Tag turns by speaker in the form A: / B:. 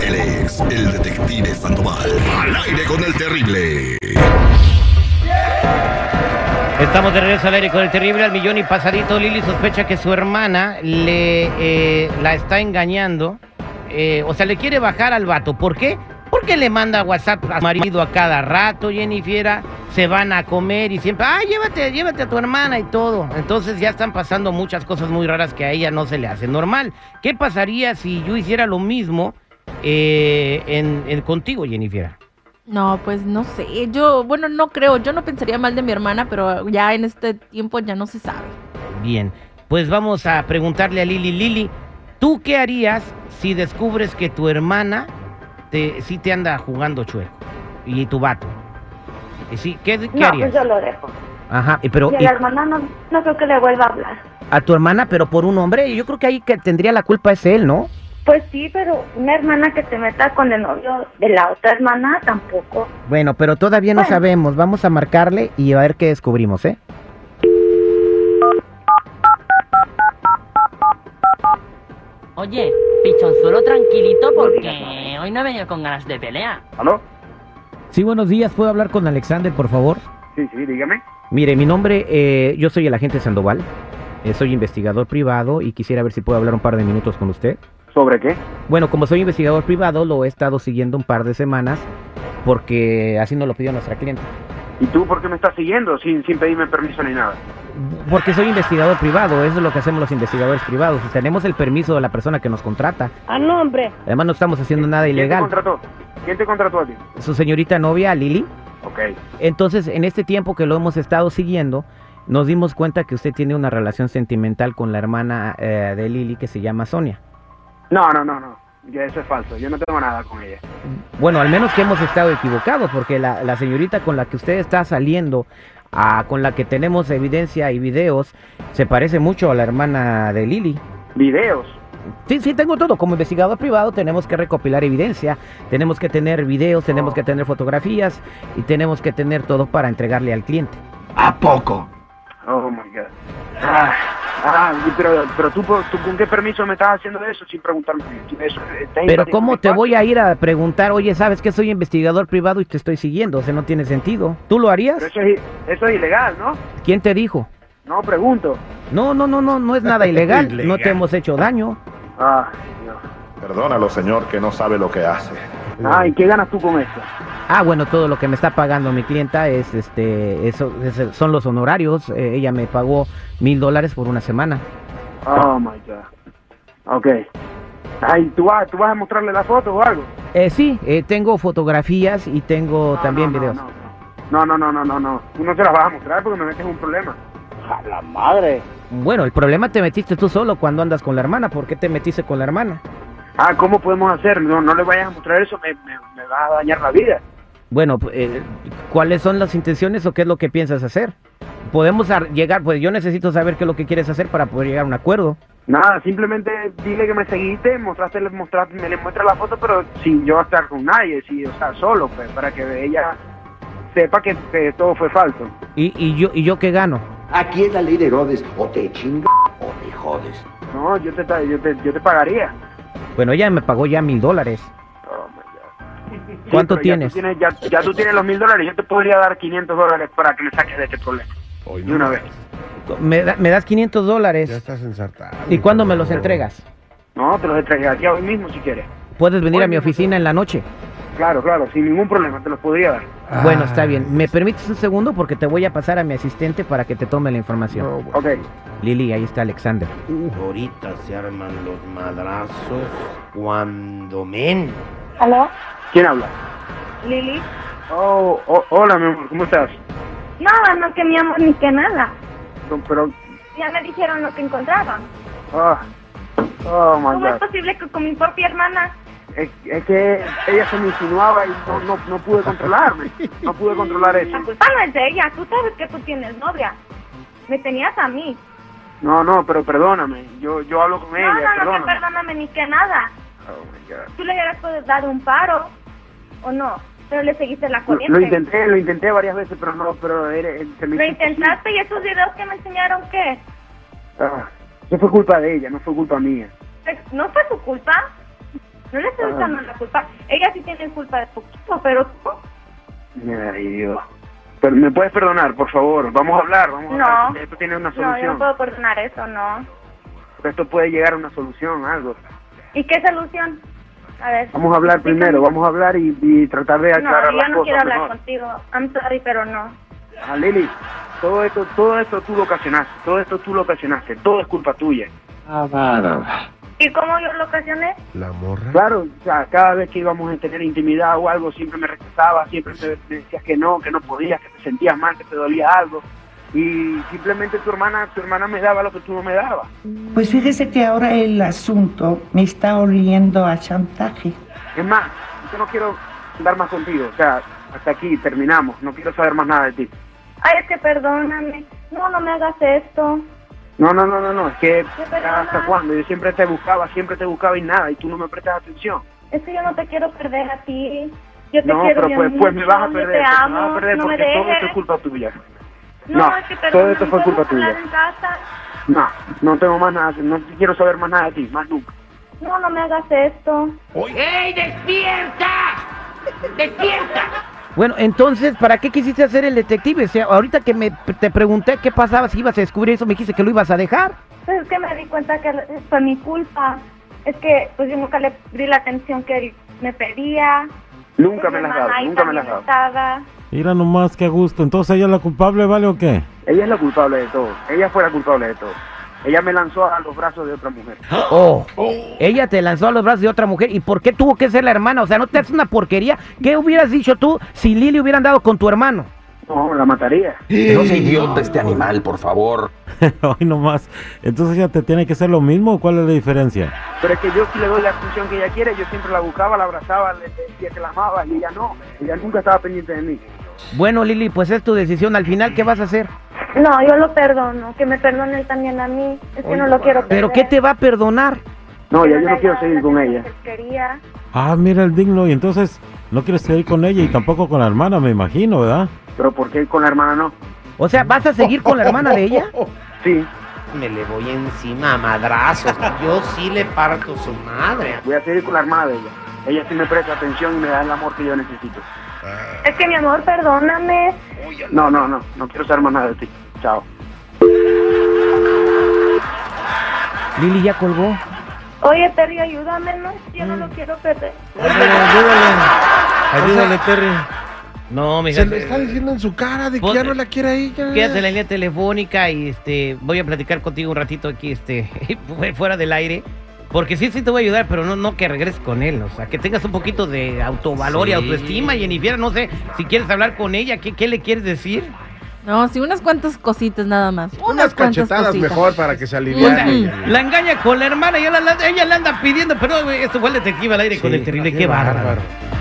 A: es el detective Sandoval. Al aire con el terrible.
B: Estamos de regreso al aire con el terrible al millón y pasadito. Lili sospecha que su hermana le eh, la está engañando. eh, o sea, le quiere bajar al vato. ¿Por qué? Porque le manda WhatsApp a su marido a cada rato, Jennifer. ah, Se van a comer y siempre, ah, llévate, llévate a tu hermana y todo. Entonces ya están pasando muchas cosas muy raras que a ella no se le hace normal. ¿Qué pasaría si yo hiciera lo mismo eh, en- en- contigo, Jennifer?
C: No, pues no sé. Yo, bueno, no creo. Yo no pensaría mal de mi hermana, pero ya en este tiempo ya no se sabe.
B: Bien, pues vamos a preguntarle a Lili. Lili, ¿tú qué harías si descubres que tu hermana te, sí te anda jugando chueco? Y tu vato. Y sí, ¿Qué, qué
D: No,
B: harías?
D: pues yo lo dejo.
B: Ajá, y
E: Oh,
B: pero
D: y a
B: y
D: la hermana no, no creo que le vuelva a hablar.
B: a tu hermana, pero por un hombre, yo creo que ahí que tendría la culpa es él, ¿no?
D: Pues sí, pero una hermana que se meta con el novio de la otra hermana tampoco.
B: Bueno, pero todavía no
D: Bueno.
B: sabemos. Vamos a marcarle y a ver qué descubrimos, ¿eh?
F: Oye, pichonzuelo tranquilito porque hoy no he venido con ganas de pelea.
E: ¿Aló?
B: Sí, buenos días. ¿Puedo hablar con Alexander, por favor?
E: Sí, sí, dígame.
B: Mire, mi nombre, eh, yo soy el agente Sandoval. Eh, soy investigador privado y quisiera ver si puedo hablar un par de minutos con usted.
E: ¿Sobre qué?
B: Bueno, como soy investigador privado, lo he estado siguiendo un par de semanas porque así nos lo pidió nuestra cliente.
E: ¿Y tú por qué me estás siguiendo sin, sin pedirme permiso ni nada?
B: Porque soy investigador privado, eso es lo que hacemos los investigadores privados. Tenemos el permiso de la persona que nos contrata.
G: A nombre.
B: Además, no estamos haciendo nada
E: ¿Quién te
B: ilegal.
E: contrató? ¿Quién te contrató a ti?
B: Su señorita novia, Lili.
E: Ok.
B: Entonces, en este tiempo que lo hemos estado siguiendo, nos dimos cuenta que usted tiene una relación sentimental con la hermana eh, de Lili que se llama Sonia.
E: No, no, no, no. Ya eso es falso. Yo no tengo nada con ella.
B: Bueno, al menos que hemos estado equivocados, porque la, la señorita con la que usted está saliendo, ah, con la que tenemos evidencia y videos, se parece mucho a la hermana de Lili.
E: ¿Videos?
B: Sí, sí, tengo todo. Como investigador privado tenemos que recopilar evidencia, tenemos que tener videos, tenemos que tener fotografías y tenemos que tener todo para entregarle al cliente.
A: ¿A poco?
E: Oh, my God. Ah, ah, pero, pero tú, por- tú con qué permiso me estás haciendo eso sin preguntarme. Eso eh, está
B: Pero
E: invadiendo mi
B: ¿cómo te
E: espacio.
B: voy a ir a preguntar, oye, sabes que soy investigador privado y te estoy siguiendo? O sea, no tiene sentido. ¿Tú lo harías?
E: Pero eso es, eso es ilegal, ¿no?
B: ¿Quién te dijo?
E: No pregunto.
B: No, no, no, no, no es nada ilegal. No te
A: Ilegal.
B: hemos hecho daño.
E: Ah, Dios.
H: Perdónalo, señor, que no sabe lo que hace.
E: Ay, ¿qué ganas tú con esto?
B: Ah, bueno, todo lo que me está pagando mi clienta es, este, eso, es- son los honorarios. Eh, ella me pagó mil dólares por una semana.
E: Oh, my God. Ok. Ay, ¿tú vas, ¿tú vas a mostrarle la foto o algo?
B: Eh, sí, eh, tengo fotografías y tengo
E: No,
B: también
E: no, no,
B: videos.
E: No, no, no, no, no, no. Tú no se las vas a mostrar porque me metes en un problema.
B: Bueno, el problema te metiste tú solo cuando andas con la hermana. ¿Por qué te metiste con la hermana?
E: Ah, ¿cómo podemos hacer? No, no le vayas a mostrar eso, me, me, me vas a dañar la vida.
B: Bueno, pu- eh, ¿cuáles son las intenciones o qué es lo que piensas hacer? Podemos ar- llegar, pues yo necesito saber qué es lo que quieres hacer para poder llegar a un acuerdo.
E: Nada, simplemente dile que me seguiste, mostraste, le mostraste, me le muestra la foto, pero sin yo estar con nadie, sí, o sea, solo, pues, para que ella sepa que, que todo fue falso.
B: ¿Y, y yo, ¿Y yo qué gano?
I: Aquí es la ley de Herodes, o te chingas o te jodes.
E: No, yo te, ta- yo te, yo te pagaría.
B: Bueno, ella me pagó ya mil dólares.
E: Oh, my God. Sí,
B: ¿Cuánto
E: pero ya tú
B: tienes?
E: tienes- Ya, ya tú tienes los mil dólares, yo te podría dar 500 dólares para que me saques de este problema.
A: Hoy
E: De una vez.
B: Me, da- me das 500
J: Ya
B: dólares.
J: estás ensartado.
B: ¿Y cuándo me los entregas?
E: No, te los entregué aquí hoy mismo si quieres.
B: Puedes venir a
E: Hoy
B: mi
E: mismo te
B: oficina en la noche.
E: Claro, claro, sin ningún problema, te los podría dar.
B: Bueno, está
J: Ah.
B: bien. ¿Me permites un segundo? Porque te voy a pasar a mi asistente para que te tome la información.
J: No, bueno.
E: Ok.
B: Lili, ahí está Alexander.
I: Ahorita se arman los madrazos cuando men.
D: ¿Aló?
E: ¿Quién habla?
D: ¿Lili?
E: Oh, oh, hola, mi amor, ¿cómo estás?
D: No, no que mi amor ni que nada.
E: No, Pero,
D: Ya me dijeron lo que encontraba.
E: ah, oh, my
D: ¿Cómo es
E: God.
D: posible que con mi propia hermana?
E: Es, es que ella se me insinuaba y no, no, no pude controlarme. No pude controlar eso.
D: La culpa Ah, pues, no es de ella. Tú sabes que tú tienes novia. Me tenías a mí.
E: No, no, pero perdóname. Yo, yo hablo con
D: No,
E: ella,
D: no, no, que
E: perdóname.
D: perdóname ni que nada.
E: Oh, my God.
D: Tú le hubieras podido dar un paro, ¿o no? Pero le seguiste la
E: Lo,
D: corriente.
E: lo intenté, lo intenté varias veces, pero no, pero eres- se me
D: Lo intentaste y esos videos que me enseñaron, ¿qué?
E: Ah, eso fue culpa de ella, no fue culpa mía.
D: Pues, ¿No fue tu culpa? No le
E: Ah.
D: estoy echando la culpa. Ella sí tiene culpa de poquito, pero tú
E: Ay, Dios. Pero, ¿Me puedes perdonar, por favor? Vamos a hablar, vamos a
D: No.
E: hablar. Esto tiene una
D: no, yo no
E: solución.
D: puedo perdonar eso, no.
E: Esto puede llegar a una solución, algo.
D: ¿Y qué solución? A ver.
E: Vamos a hablar
D: explícame.
E: primero, vamos a hablar y, y tratar de aclarar
D: No, yo
E: las
D: no quiero
E: cosas
D: hablar
E: mejor.
D: contigo. I'm sorry, pero no.
E: Ah, Lili, todo esto, todo esto tú lo ocasionaste, todo esto tú lo ocasionaste, todo es culpa tuya.
D: ¿Y cómo yo lo ocasioné?
G: La morra.
E: Claro, o sea, cada vez que íbamos a tener intimidad o algo, siempre me rechazabas, siempre me, me decías que no, que no podías, que te sentías mal, que te dolía algo. Y simplemente tu hermana, tu hermana me daba lo que tú no me dabas.
J: Pues fíjese que ahora el asunto me está oliendo a chantaje.
E: Es más, yo no quiero andar más contigo, o sea, hasta aquí terminamos, no quiero saber más nada de ti.
D: Ay, es que perdóname. No, no me hagas esto.
E: No, no, no, no, no, es que
D: perdona.
E: hasta cuándo, yo siempre te buscaba, siempre te buscaba y nada, y tú no me prestas atención.
D: Es que yo no te quiero perder a ti. Yo te
E: no,
D: quiero
E: pero
D: bien
E: pues, pues me
D: mucho,
E: vas a
D: yo
E: perder,
D: te
E: pues
D: amo,
E: me vas a perder
D: no
E: porque
D: me
E: todo
D: dejes.
E: esto es culpa tuya.
D: No,
E: No,
D: es que
E: todo
D: perdóname,
E: esto fue
D: ¿podemos
E: culpa tuya.
D: hablar en casa?
E: No, no tengo más nada, no quiero saber más nada de ti, más nunca.
D: No, no me hagas esto.
B: ¡Ey, despierta! ¡Despierta! Bueno, entonces, ¿para qué quisiste hacer el detective? O sea, ahorita que me, te pregunté qué pasaba si ibas a descubrir eso, me dijiste que lo ibas a dejar.
D: Pues es que me di cuenta que fue mi culpa. Es que pues yo nunca le di la atención que él me pedía.
E: Nunca
D: Pues,
E: me
D: mi hermana
E: las has dado,
D: ahí
E: nunca me las
D: también
E: has dado.
D: estaba.
K: Mira nomás, qué gusto. Entonces, ¿ella es la culpable, vale o qué?
E: Ella es la culpable de todo, ella fue la culpable de todo. Ella me lanzó a los brazos de otra mujer.
B: Oh, ella te lanzó a los brazos de otra mujer. ¿Y por qué tuvo que ser la hermana? O sea, no te haces una porquería. ¿Qué hubieras dicho tú si Lili hubiera andado con tu hermano?
E: No, la mataría.
I: No sea idiota este animal, por favor.
K: Ay, nomás. Entonces, ¿ella te tiene que hacer lo mismo o cuál es la diferencia?
E: Pero es que yo sí le doy la atención que ella quiere, yo siempre la buscaba, la abrazaba, le decía que la amaba y ella no, ella nunca estaba pendiente de mí.
B: Bueno, Lili, pues es tu decisión. Al final, ¿qué vas a hacer?
D: No, yo lo perdono. Que me perdone él también a mí. Es que no lo quiero perder.
B: ¿Pero qué te va a perdonar?
E: No,
D: Que
E: ya yo
D: me
E: no
D: haya
E: quiero
D: dado
E: seguir
D: la
E: con
D: atención
E: ella.
D: que él quería.
K: Ah, mira el digno. Y entonces, no quieres seguir con ella y tampoco con la hermana, me imagino, ¿verdad?
E: Pero ¿por qué con la hermana no?
B: O sea, ¿vas a seguir con la hermana de ella?
E: Sí,
G: Me le voy encima a madrazos. Yo sí le parto su madre.
E: voy a seguir con la hermana de ella. Ella sí me presta atención y me da el amor que yo necesito.
D: Es que mi amor, perdóname.
E: No, no, no, no quiero saber más nada de ti. Chao.
B: Lili ya colgó.
D: Oye, Terry, ayúdame, ¿no? Yo no
E: Mm.
D: lo quiero perder.
G: Ayúdale, Terry.
B: No, mi
G: Se lo está diciendo en su cara de que ya no la quiere a ella.
B: Quédate en la línea telefónica y este voy a platicar contigo un ratito aquí, este, fu- fuera del aire. Porque sí, sí te voy a ayudar, pero no, no que regreses con él. O sea, que tengas un poquito de autovalor y
G: Sí.
B: autoestima. Jennifer, no sé si quieres hablar con ella, ¿qué, qué le quieres decir?
C: No, sí, unas cuantas cositas nada más.
G: Unas
C: cuantas
G: cachetadas
C: cositas.
G: mejor para que se
B: O sea,
G: aliviane.
B: la engaña con la hermana, ella, la- la- ella le anda pidiendo, pero güey, esto fue el detective al aire con el terrible, qué bárbaro.